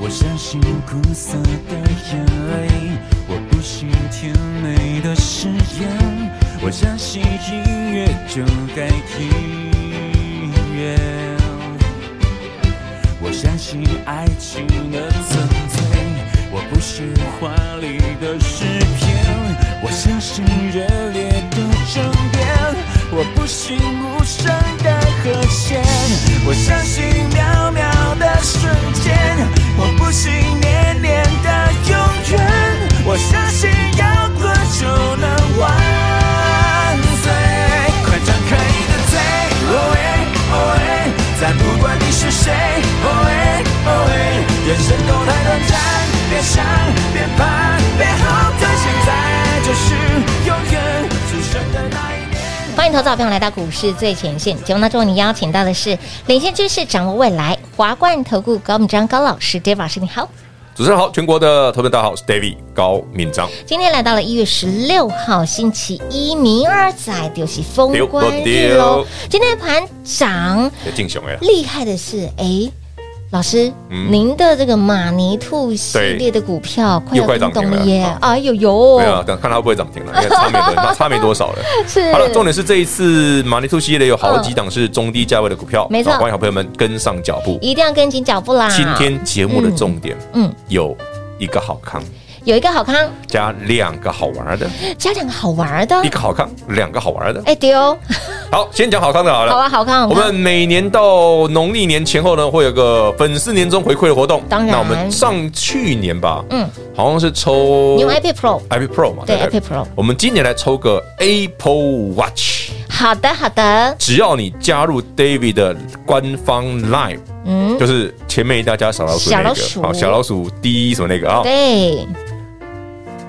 我相信苦涩的眼泪，我不信甜美的誓言，我相信音乐就该停乐。我相信爱情的纯粹，我不信华丽的诗篇，我相信热烈的争辩，我不信无声的和弦，我相信渺渺的瞬间，我不信年年的永远，我相信摇滚就能万岁，快张开你的嘴，哦哎哦哎，再不管你是谁，哦哎哦哎，人生都太短暂，别想别怕别后退，现在就是永远出生的那一年。欢迎投资者朋友来到股市最前线节目当中，你邀请到的是领先知识、掌握未来华冠投顾高敏章高老师，David 老师你好。主持人好，全国的投资人大家好，我是 David 高敏章。今天来到了一月十六号星期一，明儿载就是封关日喽对对。今天的盘涨，有进雄哎，厉害的是，哎，老师，嗯您的这个马尼兔系列的股票快又要快动懂涨停了了耶啊！哎呦呦没，有啊，等看它会不会涨停了，因为差没多差没多少了。是好了，重点 是这一次马尼兔系列有好几档是中低价位的股票，没错啊欢迎好朋友们跟上脚步。一定要跟紧脚步啦。今天节目的重点，嗯嗯，有一个好康有一个好康，加两个好玩的，加两个好玩的一，个好康，两个好玩的。嗯哎丢、好，先讲好康的好了。好啊好康好康我们每年到农历年前后呢，会有个粉丝年终回馈的活动。当然那我们上去年吧，嗯嗯，好像是抽你用 iPad Pro。 iPad Pro 嘛，对不 iPad Pro 我们今年来抽个 Apple Watch，好的好的，只要你加入 David 的官方 Line，嗯，就是前面一大家小老鼠那小老个，鼠好，小老鼠第一什么那个啊，对，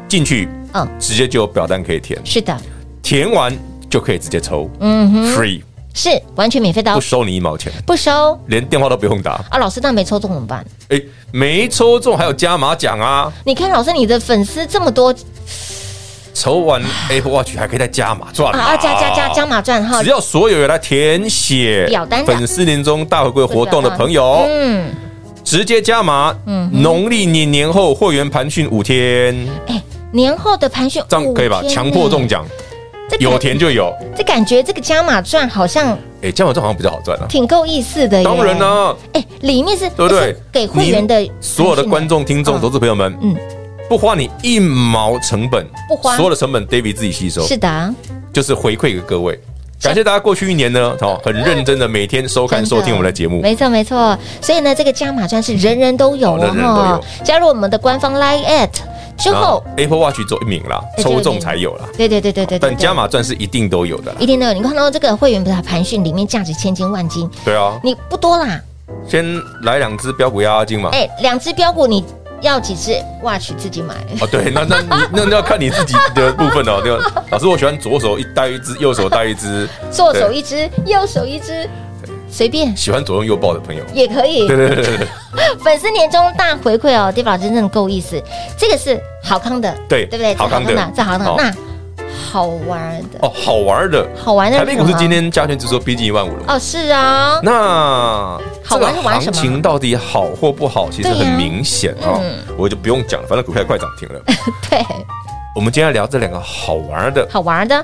进去嗯，直接就有表单可以填，是的，填完就可以直接抽嗯哼， ，free，是完全免费的不哦，收你一毛钱，不收连电话都不用打。啊！老师，那没抽中怎么办？哎，没抽中还有加码奖啊！你看老师，你的粉丝这么多抽完 Apple Watch 还可以再加码赚啊嘛啊，加加加加码赚哈只，要所有人来填写表单的粉丝年终大回馈活动的朋友，嗯，直接加码，农历年年后会员盘训五天，哎，年后的盘讯这样可以吧五？天强迫中呢，奖，这感有填就有。这感觉这个加码赚好像哎，这样这好像比较好赚啊。挺够意思的耶。当然啦、，哎，里面是对不对是给会员的您所有的观众、听众、嗯投资朋友们，嗯嗯，不花你一毛成本，不花所有的成本，David 自己吸收，是的啊，就是回馈给各位。感谢大家过去一年呢，哦，很认真的每天收看、真的收听我们的节目。没错没错。所以呢，这个加码赚是人人都有人人都哦有，啊加入我们的官方 Line at 之然后后，Apple Watch 走一名啦，哎抽中才有啦。对对对对对，对但加。码钻是一定都有的啦对。一定都有，你看到这个会员的盘讯里面价值千金万金，对啊，你不多啦，先来两只标股压压惊嘛。哎，两只标股你要几只 watch 自己买，哦，对，那那你那那要看你自己的部分哦。对吧，老师，我喜欢左手一带一只，右手带一只，左手一只，右手一只，随便喜欢左拥右抱的朋友。也可以对。对对对对 粉丝年终大回馈哦，地宝真正够意思，这个是好康的，对对不对？好康的哦这好康的，这好康好的。那好玩的，哦，好玩的，好玩的台是北什股么？市今天加权指数逼近一万五了。哦，是啊， 那好这个玩是玩什么行情到底好或不好，其实对呀很明显哦嗯，我就不用讲了，反正股票也快涨停 了。对，我们今天要聊这两个好玩的好玩的，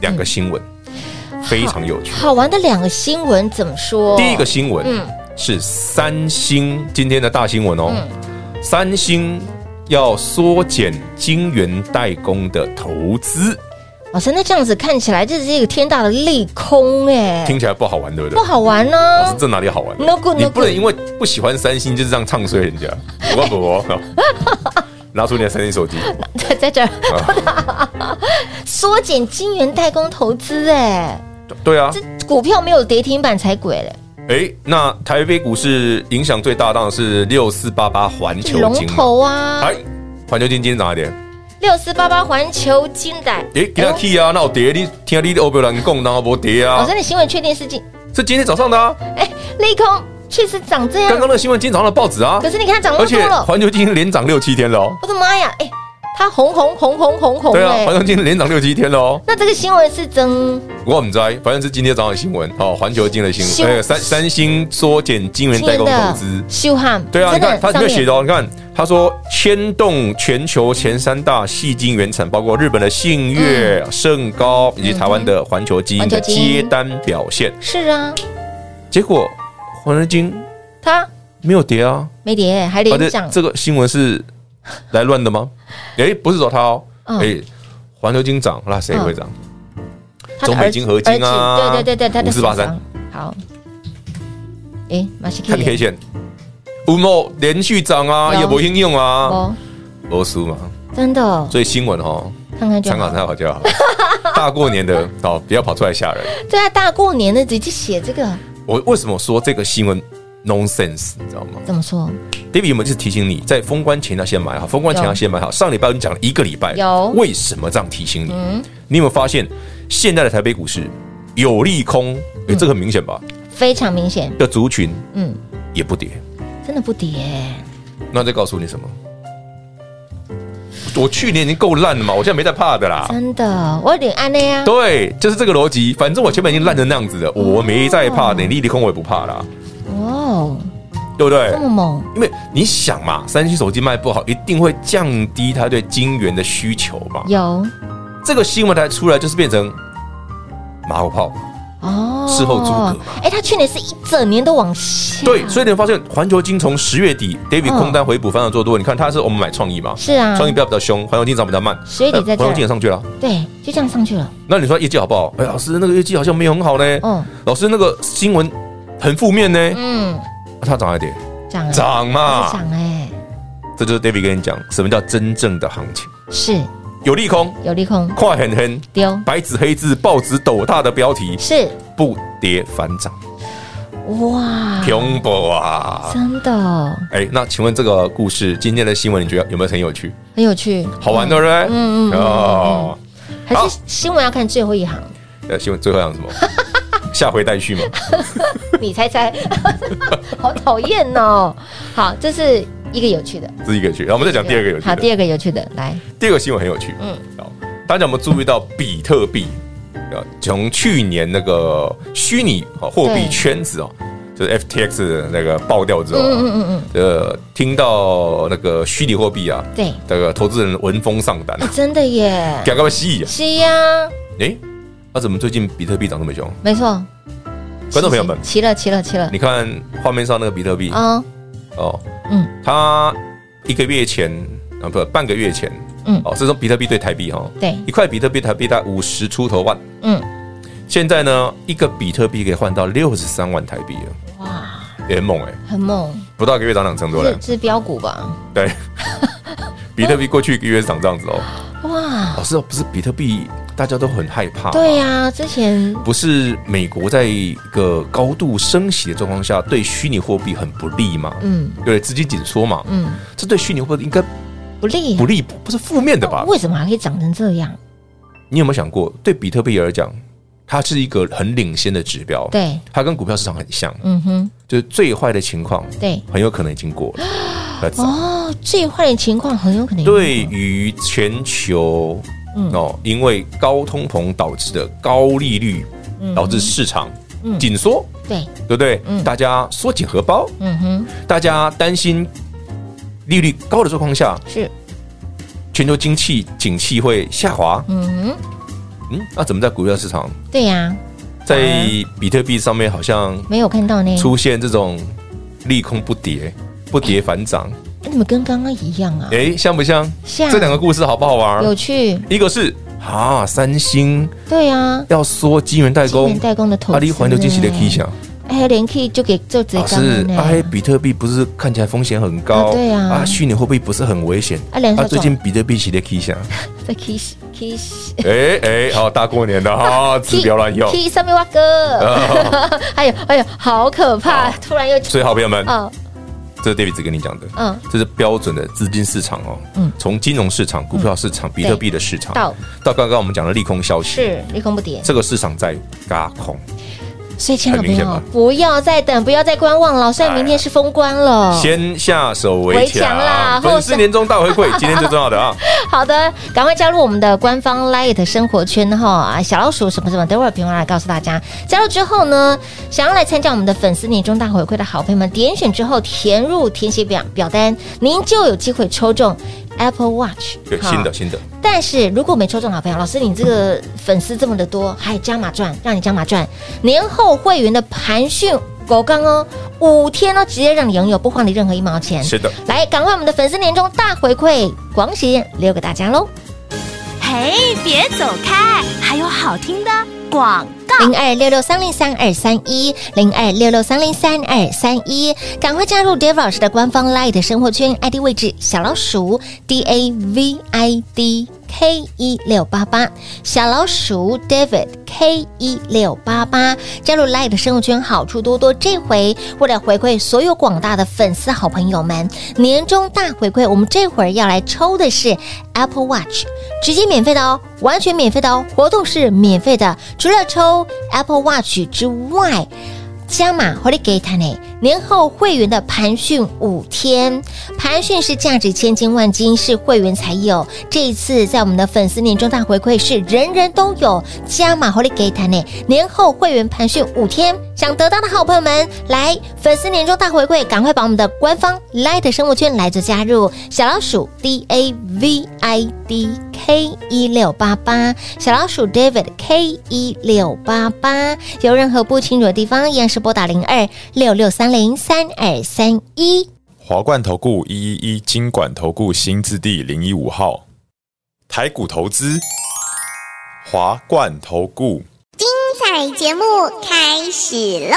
两个新闻，非常有趣。好玩的两个新闻怎么说？第一个新闻哦嗯是三星今天的大新闻哦嗯，三星要缩减晶圆代工的投资，老师，哦那这样子看起来这是一个天大的利空哎、听起哦来不好玩，对不对不？好玩呢、老师，这哪里好玩 No good, no 你不能 good 因为不喜欢三星就是这样唱衰人家，我 不我。拿出你的三星手 机，在在这儿啊缩减晶圆代工投资哎、对啊，这股票没有跌停板才鬼嘞，哎，那台北股市影响最大当然是六四八八环球龙金嘛，头啊，哎，环球金今天涨一点，六四八八环球金代，哎，给他哎呦 key 啊，那我跌，你听你欧贝兰供，然后不跌啊老师，，你哦新闻确定是今是今天早上的啊，哎、利空确实长这刚样，刚那个新闻今天早上的报纸啊可，是你看它涨那而么多且了，环球金连涨六七天了哦，我的妈呀，哎、它红红红红红红对啊哎、，环球金连涨六七天了哦，那这个新闻是真我们在，反正是今天早上的新闻哦，环球金的新新闻，哎，三三星缩减晶圆代工投资。秀汉，对啊，真你的看他上没有写面到，你看他说牵动全球前三大细晶原产，包括日本的信越、盛高以及台湾的环球基嗯因环球的基接因单表现。是啊，结果环球金它没有跌啊，没跌还而且连涨，这个新闻是来 乱的吗？诶，不是找他哦，嗯诶，环球金涨，那谁会涨？它的中美儿金合金啊儿子对对对对，它的5483厂商好，哎，马西克看 K 线，五某连续涨啊，有也不应用啊，哦，罗输嘛。真的哦，所以新闻哦，看看就参考好。参 考就好。大过年的哦，不要跑出来吓人。对啊，大过年的直接写这个，我为什么说这个新闻 nonsense，你知道吗怎么说？ ？David 有没有就是提醒你，在封关前要先买好，封关前要先买好。上礼拜我们讲了一个礼拜，有为什么这样提醒你？嗯，你有没有发现现在的台北股市有利空？诶，这个很明显吧？非常明显，的族群嗯，也不跌，真的不跌，那再告诉你什么？我去年已经够烂了嘛，我现在没在怕的啦。真的，我有点安内啊，对，就是这个逻辑。反正我前面已经烂成那样子了，我没在怕的，哦你利空我也不怕啦，哇哦，对不对这？么猛，因为你想嘛，三星手机卖不好，一定会降低它对晶圆的需求嘛。有这个新闻台出来就是变成马后炮，哦，事后诸葛嘛哎，他去年是一整年都往下，对，所以你会发现环球金从十月底 David 嗯空单回补，反而做多。你看它是我们买创意嘛，是啊，创意标比较凶，环球金涨比较慢，十月底在呃这环球儿金也，上去了。对，就这样上去了，那你说业绩好不好？哎，老师那个业绩好像没有很好呢。嗯老师那个新闻很负面呢，啊嗯，它涨还跌，涨啊涨还是嘛，涨哎，这就是 David 跟你讲什么叫真正的行情，是有利空，有利空快狠狠，丢，白纸黑字，报纸斗大的标题，是不跌反涨，哇，恐怖啊！真的哦哎，那请问这个故事今天的新闻，你觉得有没有很有趣、很有趣，好玩，对不对？嗯嗯嗯哦，还好是新闻要看最后一行，呃，新闻最后讲什么？ 下回待续嘛。你猜猜， 好讨厌哦。好，这是一个有趣的，这是一个有趣。然后我们再讲第二个有趣好，的。第二个有趣的，来，第二个新闻很有趣。嗯嗯，好，大家有没有注意到比特币？呃，从去年那个虚拟哦货币对圈子哦，就是 FTX 的那个爆掉之后嗯啊，嗯嗯嗯，呃，听到那个虚拟货币啊，对，那个投资人闻风丧胆， 哎，真的耶，赶快吸引啊！是呀，诶，那、怎么最近比特币涨这么凶？没错，观众朋友们，齐了齐了齐了，你看画面上那个比特币嗯哦，嗯，它一个月前啊，不，半个月前，嗯哦，这种比特币对台币哈、哦，对，一块比特币台币大概五十出头万，嗯，现在呢，一个比特币可以换到六十三万台币了，哇，也很猛哎、很猛，不到一个月涨两成多嘞是，是标股吧？对。 比特币过去一个月是涨这样子哦，哇，老师哦，不是比特币大家都很害怕吗，对呀，之前不是美国在一个高度升息的状况下，对虚拟货币很不利吗？嗯对，资金紧缩嘛，嗯这对虚拟货币应该不利啊不，利，不不是负面的吧？为什么还可以长成这样？你有没有想过，对比特币而讲，它是一个很领先的指标，对，它跟股票市场很像，嗯哼，就是最坏的情况对。很有可能已经 过了，它涨哦哦，最坏的情况很有可能对于全球嗯哦，因为高通膨导致的高利率，导致市场嗯紧缩，对，对不对嗯？大家缩紧荷包，嗯哼，大家担心利率高的状况下，是，全球经济景气会下滑。嗯哼，哎嗯，那怎么在股票市场，对呀，在比特币上面好像没有看到呢，出现这种利空不跌，不跌反涨？怎么跟刚刚一样啊？哎，像不像？像这两个啊故事好不好玩有？趣，一个是啊，三星对呀，要缩晶圆代今工年，代工的投资阿呢，里环球惊喜的 K 响，哎，连 K 就给做这老刚师，呢，哎，比特币不是看起来风险很高？啊对啊虚拟货币不是很危险？啊连锁最近比特币起的 K 响，在 K K 哎哎，好，大过年的哈， 指标乱用。 K 上面挖哥，啊 哎呦哎呦，好可怕！突然又所以，好朋友们，嗯这是 David 只跟你讲的，嗯，这是标准的资金市场哦。嗯从金融市场、股票市场、比特币的市场，到到刚刚我们讲的利空消息，是利空不跌，这个市场在嘎空。所以亲爱的很朋明显哎友吧，不要再等，不要再观望了，虽然明天是封关了。先下手哦为为强强啦后粉丝上年终大回 馈，今天最重要的啊，好的，赶快加入我们的官方 Light 生活圈哈啊，小老鼠什么什么，等会儿平花来告诉大家。加入之后呢，想要来参加我们的粉丝年终大回馈的好朋友们，点选之后填入填写表表单，您就有机会抽中 Apple Watch。对，好新的。新的，但是如果没抽中，好朋友，老师你这个粉丝这么的多，还加码赚，让你加码赚，年后会员的盘讯狗刚哦，五天哦，直接让你拥有，不花你任何一毛钱。是的。来，赶快我们的粉丝年终大回馈，广喜留给大家喽！嘿，别走开，还有好听的广告。零二六六三零三二三一，零二六六三零三二三一，赶快加入 Dave 老师的官方 Light 生活圈，ID 位置小老鼠 D A V I D K 一六八八，小老鼠 David K 一六八八，加入 Light 生活圈好处多多。这回为了回馈所有广大的粉丝好朋友们，年终大回馈，我们这会儿要来抽的是 Apple Watch。直接免费的哦，完全免费的哦，活动是免费的。除了抽 Apple Watch 之外，加码活力给他呢，年后会员的盘讯五天，盘讯是价值千金万金，是会员才有。这一次在我们的粉丝年终大回馈是人人都有，加码活力给他呢，年后会员盘讯五天，想得到的好朋友们，来粉丝年终大回馈，赶快把我们的官方 Light 生活圈来做加入，小老鼠 D A V I D K 一六八八，小老鼠 David K 一六八八，有任何不清楚的地方，一样是拨打零二六六三零三二三一。华冠投顾一一一金管投顾新字第零一五号，台股投资，华冠投顾。彩节目开始喽！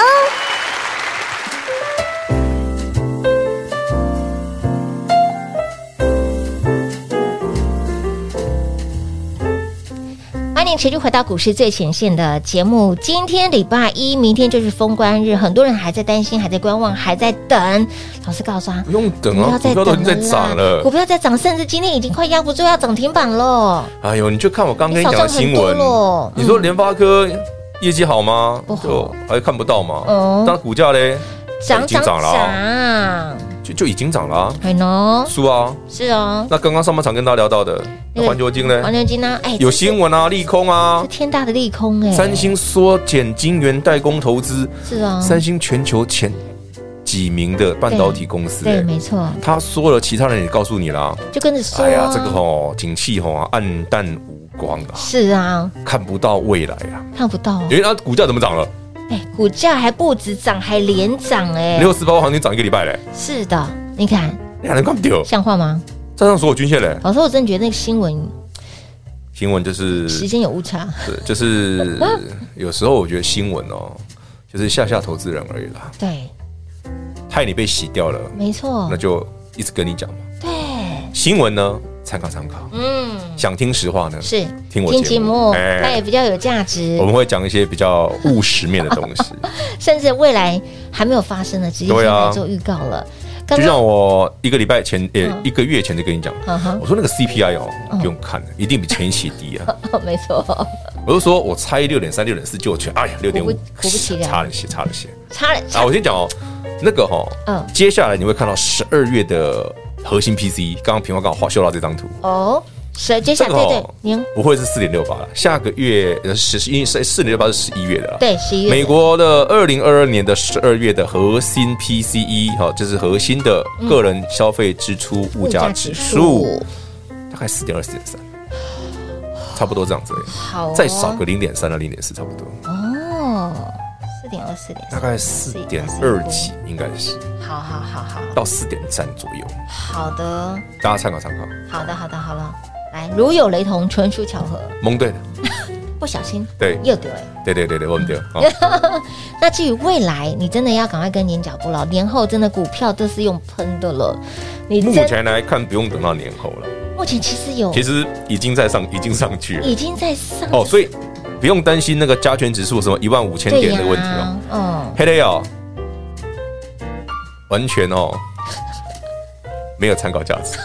欢迎持续回到股市最前线的节目。今天礼拜一，明天就是封关日，很多人还在担心，还在观望，还在等。老师告诉他不，用等不啊，要股再票等都已经在啦涨股了。票在涨，甚至今天已经快压不住要涨停板了。哎呦，你就看我刚跟你讲的新你少赚很闻多咯，你说联发科业绩嗯好嗯吗不？好就还看不到哦嘛。但股价嘞，涨已经涨涨了啊，涨，就就已经涨了啊，哎喏，是啊。是哦，那刚刚上半场跟大家聊到的那那个环球金王呢，牛金呢？哎，有新闻啊，利空啊这，天大的利空哎，三星缩减晶圆代工投资，是哦，三星全球前几名的半导体公司、对，欸，没错，他说了，其他人也告诉你啦。就跟着说，啊哎呀，这个吼、景气吼、啊，暗淡无光啊，是啊，看不到未来啊。看不到哦，因为它股价怎么涨了？哎，股价还不止涨，还连涨哎，六四八行情涨一个礼拜嘞，哎是的，你看你还能看不掉？像话吗？站上所有均线嘞。老师，我真的觉得那个新闻新闻就是时间有误差，对就是 有时候我觉得新闻哦，就是吓吓投资人而已啦，对，害你被洗掉了，没错那，就一直跟你讲嘛。对，新闻呢，参考参考，嗯，想听实话呢，是听我节节目，目哎哦它也比较有价值我，们会讲一些比较务实面的东 西。甚至未来还没有发生的，直接对先啊来做预告了。刚就刚像我一个礼拜前，呃、嗯一个月前就跟你讲，嗯哼我说那个 CPI 哦，嗯不用看了，一定比前一期低啊。 哦没错，我就说我猜六点三、六点四，就全，哎呀，六点果五不果不其，然差了些，差了些。差了，啊，差我先 讲哦，那个哈、哦，嗯接下来你会看到十二月的核心 PC，刚刚平花刚好画秀到这张图，哦，所以接下来这个对哦对，您不会是四点六八了。下个月呃十因为四点六八是十一月的了。对十一月的美国的二零二二年的十二月的核心 PCE 哈、这是核心的个人消费支出物价指数，大概四点二、四点三，差不多这样子而已。好哦，再少个零点三到啊零点四，差不多，哦，四点二四点大概四点二几，应该是好好好好，到四点三左右，好的，大家参考参考。好的，好的，好了，来，如有雷同，纯属巧合，蒙对了，不小心对又丢了。对对对对，我 们对了。哦那至于未来，你真的要赶快跟年脚步了，年后真的股票都是用喷的了。你目真前来看，不用等到年后了，目前其实有，其实已经在上，已经上去了。已经在上哦，所以不用担心那个加权指数什么一万五千对点呀的问题哦。，嗯，黑雷哦，完全哦，没有参考价 值。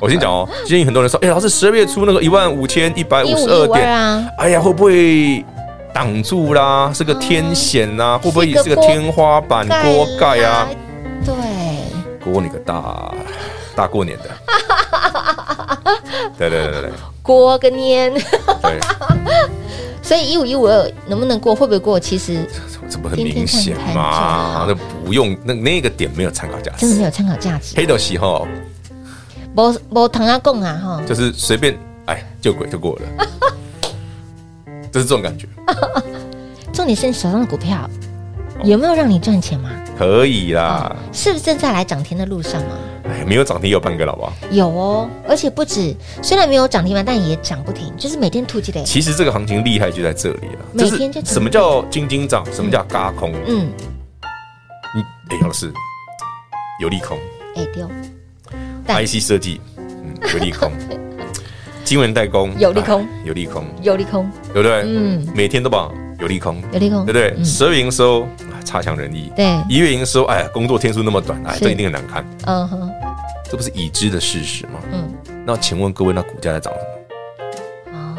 我先讲哦，最近很多人说，哎、老师十二月初那个一万五千一百五十二1512点，啊哎呀，会不会挡住啦？是个天险啦、会不会是是个个锅天花板锅盖啊啦？，对。锅你个大大过年的， 对对对对锅跟烟，对，对所以一五一五二能不能过，会不会过，其实这不很明显嘛？那不用，那那个点没有参考价啊真的没值。有参考价值。黑的时候无无糖啊贡啊哈，就是随便，哎，救鬼就过了， 就是这种感觉，重点是你手上的股票有没有让你赚钱吗？可以啦。是不是正在来涨停的路上啊？哎，没有涨停也有半个了，好不好？有哦，而且不止，虽然没有涨停板，但也涨不停，就是每天突击的。其实这个行情厉害就在这里了，每天就什么叫金金涨，什么叫嘎空？嗯，你哎，老师有利空哎丢，但，IC 设计，嗯，有 利空，金文代工有利空哎有利空，有利空，对不对？嗯嗯，每天都把有利空，有利空，对不对？嗯十二月营收哎差强人意，对一月营收，哎呀，工作天数那么短，哎，是这一定很难看，嗯哼，这不是已知的事实吗？嗯，那请问各位，那股价在涨什么？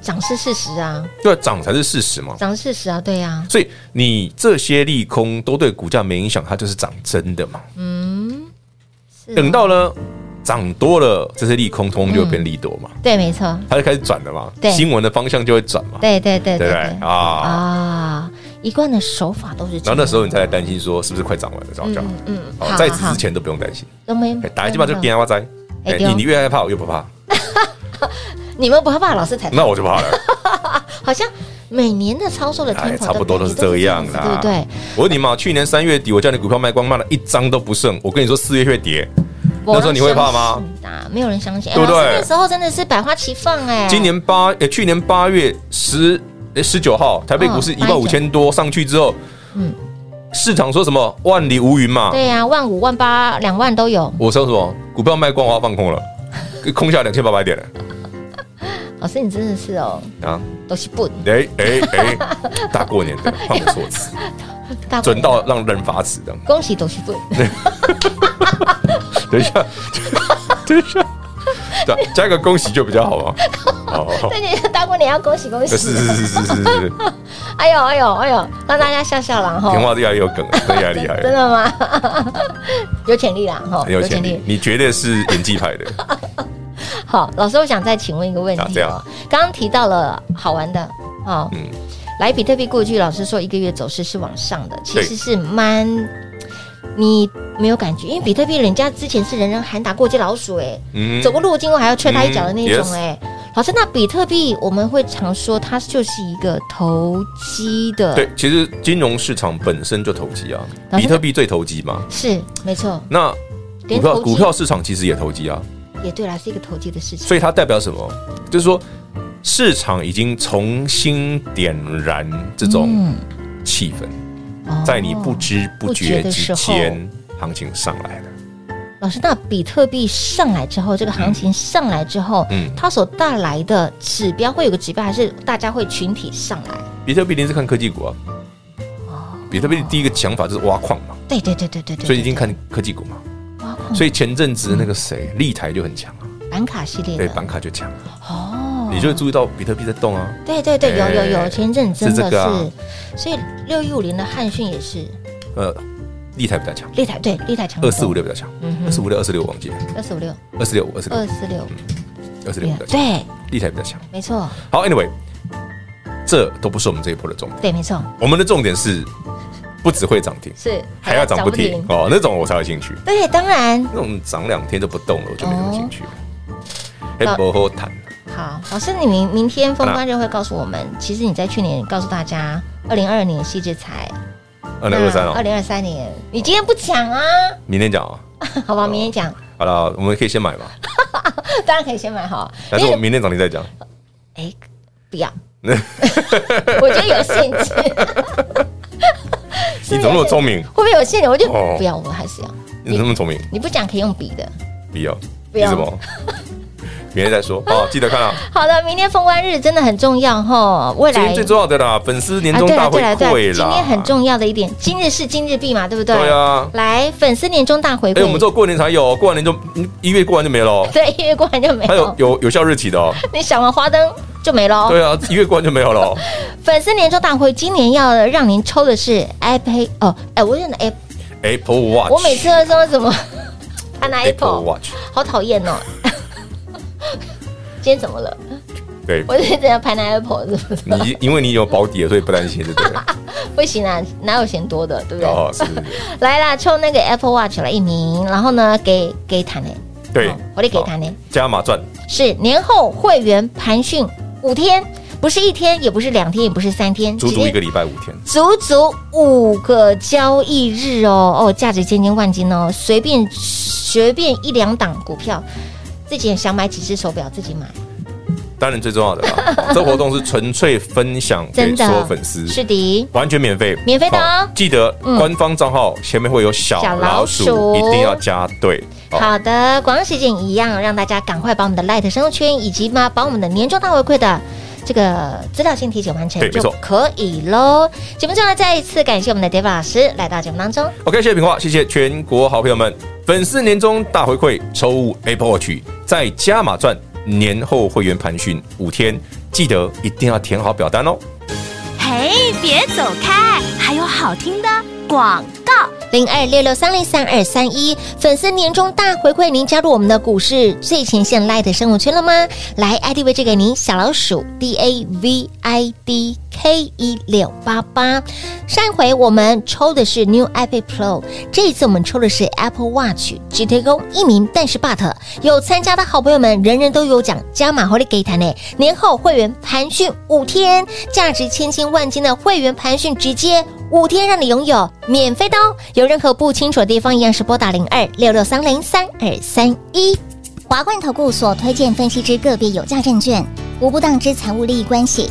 涨是事实啊，对啊，涨才是事实嘛。涨是事实啊，对啊，所以你这些利空都对股价没影响，它就是涨真的嘛。是啊等到呢涨多了，这些利空通通就会变利多嘛，对，没错，它就开始转了嘛嗯对，新闻的方向就会转嘛，对对对对对不对对啊？啊，一贯的手法都是这样。然后那时候你再来担心说是不是快涨完了，涨价？嗯嗯，哦好，在好此之前都不用担心，都没哎打一鸡巴就变阿灾。哎哎，对哦你你越害怕，我越 不怕，你们不怕怕老师才那我就怕了。好像每年的操作的哎，天差不多都是这样子，啦，对不对？？我问你嘛，去年三月底我叫你股票卖光，卖了一张都不剩。我跟你说四月会跌，那时候你会怕我让相吗信啊？没有人相信，哎对不对老师那时候真的是百花齐放哎。今年八呃去年八月十呃十九号，台北股市嗯一万五千多上去之后，嗯市场说什么万里无云嘛？对呀，万五万八两万都有。我说什么股票卖光，我要 放空了，空下两千八百点了老师，你真的是哦，啊！都是笨，哎哎哎，大过年 的换个措辞，哎大过准年到让人发指这样。恭喜都是笨， 等一下， 等一下，对，啊加一个恭喜就比较好 嘛。哦，呃那你大过年要恭喜恭是喜。是是是是 是。哎呦哎呦哎呦，让大家笑笑啦哈平。话越来越有梗了，真的越来越厉害真了，的哦吗？ 有潜力啦哈，哎很有潜力。你绝对是演技派的，好，老师，我想再请问一个问啊题这哦样。刚刚提到了好玩的，哦，嗯来比特币过去，老师说一个月走势是往上的，其对实是蛮你没有感觉，因为比特币人家之前是人人喊打过街老鼠、诶，哎、嗯走过路经过还要踹他一脚的那种、嗯诶。哎、老师，那比特币我们会常说它就是一个投机的，对，，其实金融市场本身就投机啊，老师比特币最投机嘛。是没错，那股连票投机股票市场其实也投机啊，也对啦，是一个投机的事情，所以它代表什么？就是说市场已经重新点燃这嗯种气氛，哦在你不知不不觉之觉的间，行情上来了。老师，那比特币上来之后，这个行情上来之后，嗯它所带来的指标会有个指标，还是大家会群体上来？比特币一定是看科技股啊，比特币第一个想法就是挖矿嘛，对对对对对哦对，嗯所以一定看科技股嘛。挖矿所以前阵子那个谁，立台就很强啊，板卡系列对，的板卡就强啊，哦，你就会注意到比特币在动啊。对对对，有有有，哎前阵子真是的这个啊是，所以六一五零的汉讯也是呃，立台比较强，立台对立台强二四五六比较强嗯哼，二四五六、二四六我忘记了，二四五六二四六、二四二六，四六二四六比较强，对，立台比较强。没错，好，Anyway，这都不是我们这一波的重点，对，没错，我们的重点是不只会涨停，是还要涨不停。哦，那种我才有兴趣，对，当然那种涨两天就不动了，我就没什么兴趣了。哦哎，不好谈，好，老师，你明明天封关日会告诉我们，其实你在去年告诉大家，二零二二年细致才二零二三啊嗯二哦，零二三年，你今天不讲啊？ 明天讲啊。好吧，明天讲， 好了，我们可以先买吧，当然可以先买好。但是我明天涨停再讲。哎，不 要，我觉得有限制，你怎么那么聪明？会不会有限制？我就哦不要，我还是要。你怎么那么聪明？你不讲可以用笔的。不要，不要 你怎么？明天再说哦，记得看啊。好的，明天封关日真的很重要吼，未今来天最重要的啦，粉丝年啊，终对大了会对了对会了，啦，今天很。重要的一点，今日是今日币嘛，对不对？对啊来粉丝年终大回哎、我们只馈，有过年才有，过完年就嗯一月过完就没了哦，对，一月过完就没还有有，有有效日期的哦。你想完花灯就没了哦。对啊，一月过完就没有了哦。粉丝年终大回，今年要让您抽的是 Apple 哦，哎，我用的 Apple， Apple Watch，我每次都啊说 什么按那 Apple Apple， Watch，好讨厌哦。 今天怎么了？对我是真的拍那 Apple 是不是？ 你因为你有保底了，所以不担心，对不对？不行啊，哪有嫌多的，对不对？哦，是是是，来啦，抽那个 Apple Watch 了一名，然后呢，给给他呢，对哦，我得给他呢，加码赚，是年后会员盘训五天，不是一天，也不是两天，也不是三天，足足直接一个礼拜五天，足足五个交易日哦，哦，价值千金万金哦，随便随便一两档股票，自己想买几只手表自己买，当然最重要的啦。 这活动是纯粹分享给真所有的，粉丝，是的，完全免费，免费的哦记得嗯官方账号前面会有小小老老鼠鼠，一定要加对。哦好的，广喜姐一样，让大家赶快把我们的 Light 生活圈以及嘛，把我们的年终大回馈的。这个资料性提醒完成对没就错可以喽。节目最后呢，再一次感谢我们的 David 老师来到节目当中。 OK，谢谢平话，谢谢全国好朋友们，粉丝年终大回馈，抽 Apple Watch，再加码赚年后会员盘讯五天，记得一定要填好表单哦。嘿，别走开，还有好听的广告。零二六六三零三二三一粉丝年终大回馈，您加入我们的股市最前线 Light 生活圈了吗？来 ID 位置给您小老鼠 D A V I D K 一六八八。上一回我们抽的是 New iPad Pro，这一次我们抽的是 Apple Watch，只提供一名，但是 But 有参加的好朋友们，人人都有奖，加码活力给谈呢。年后会员盘讯五天，价值千金万金的会员盘讯直接。五天让你拥有免费的哦！有任何不清楚的地方，一样是拨打零二六六三零三二三一。华冠投顾所推荐分析之个别有价证券，无不当之财务利益关系。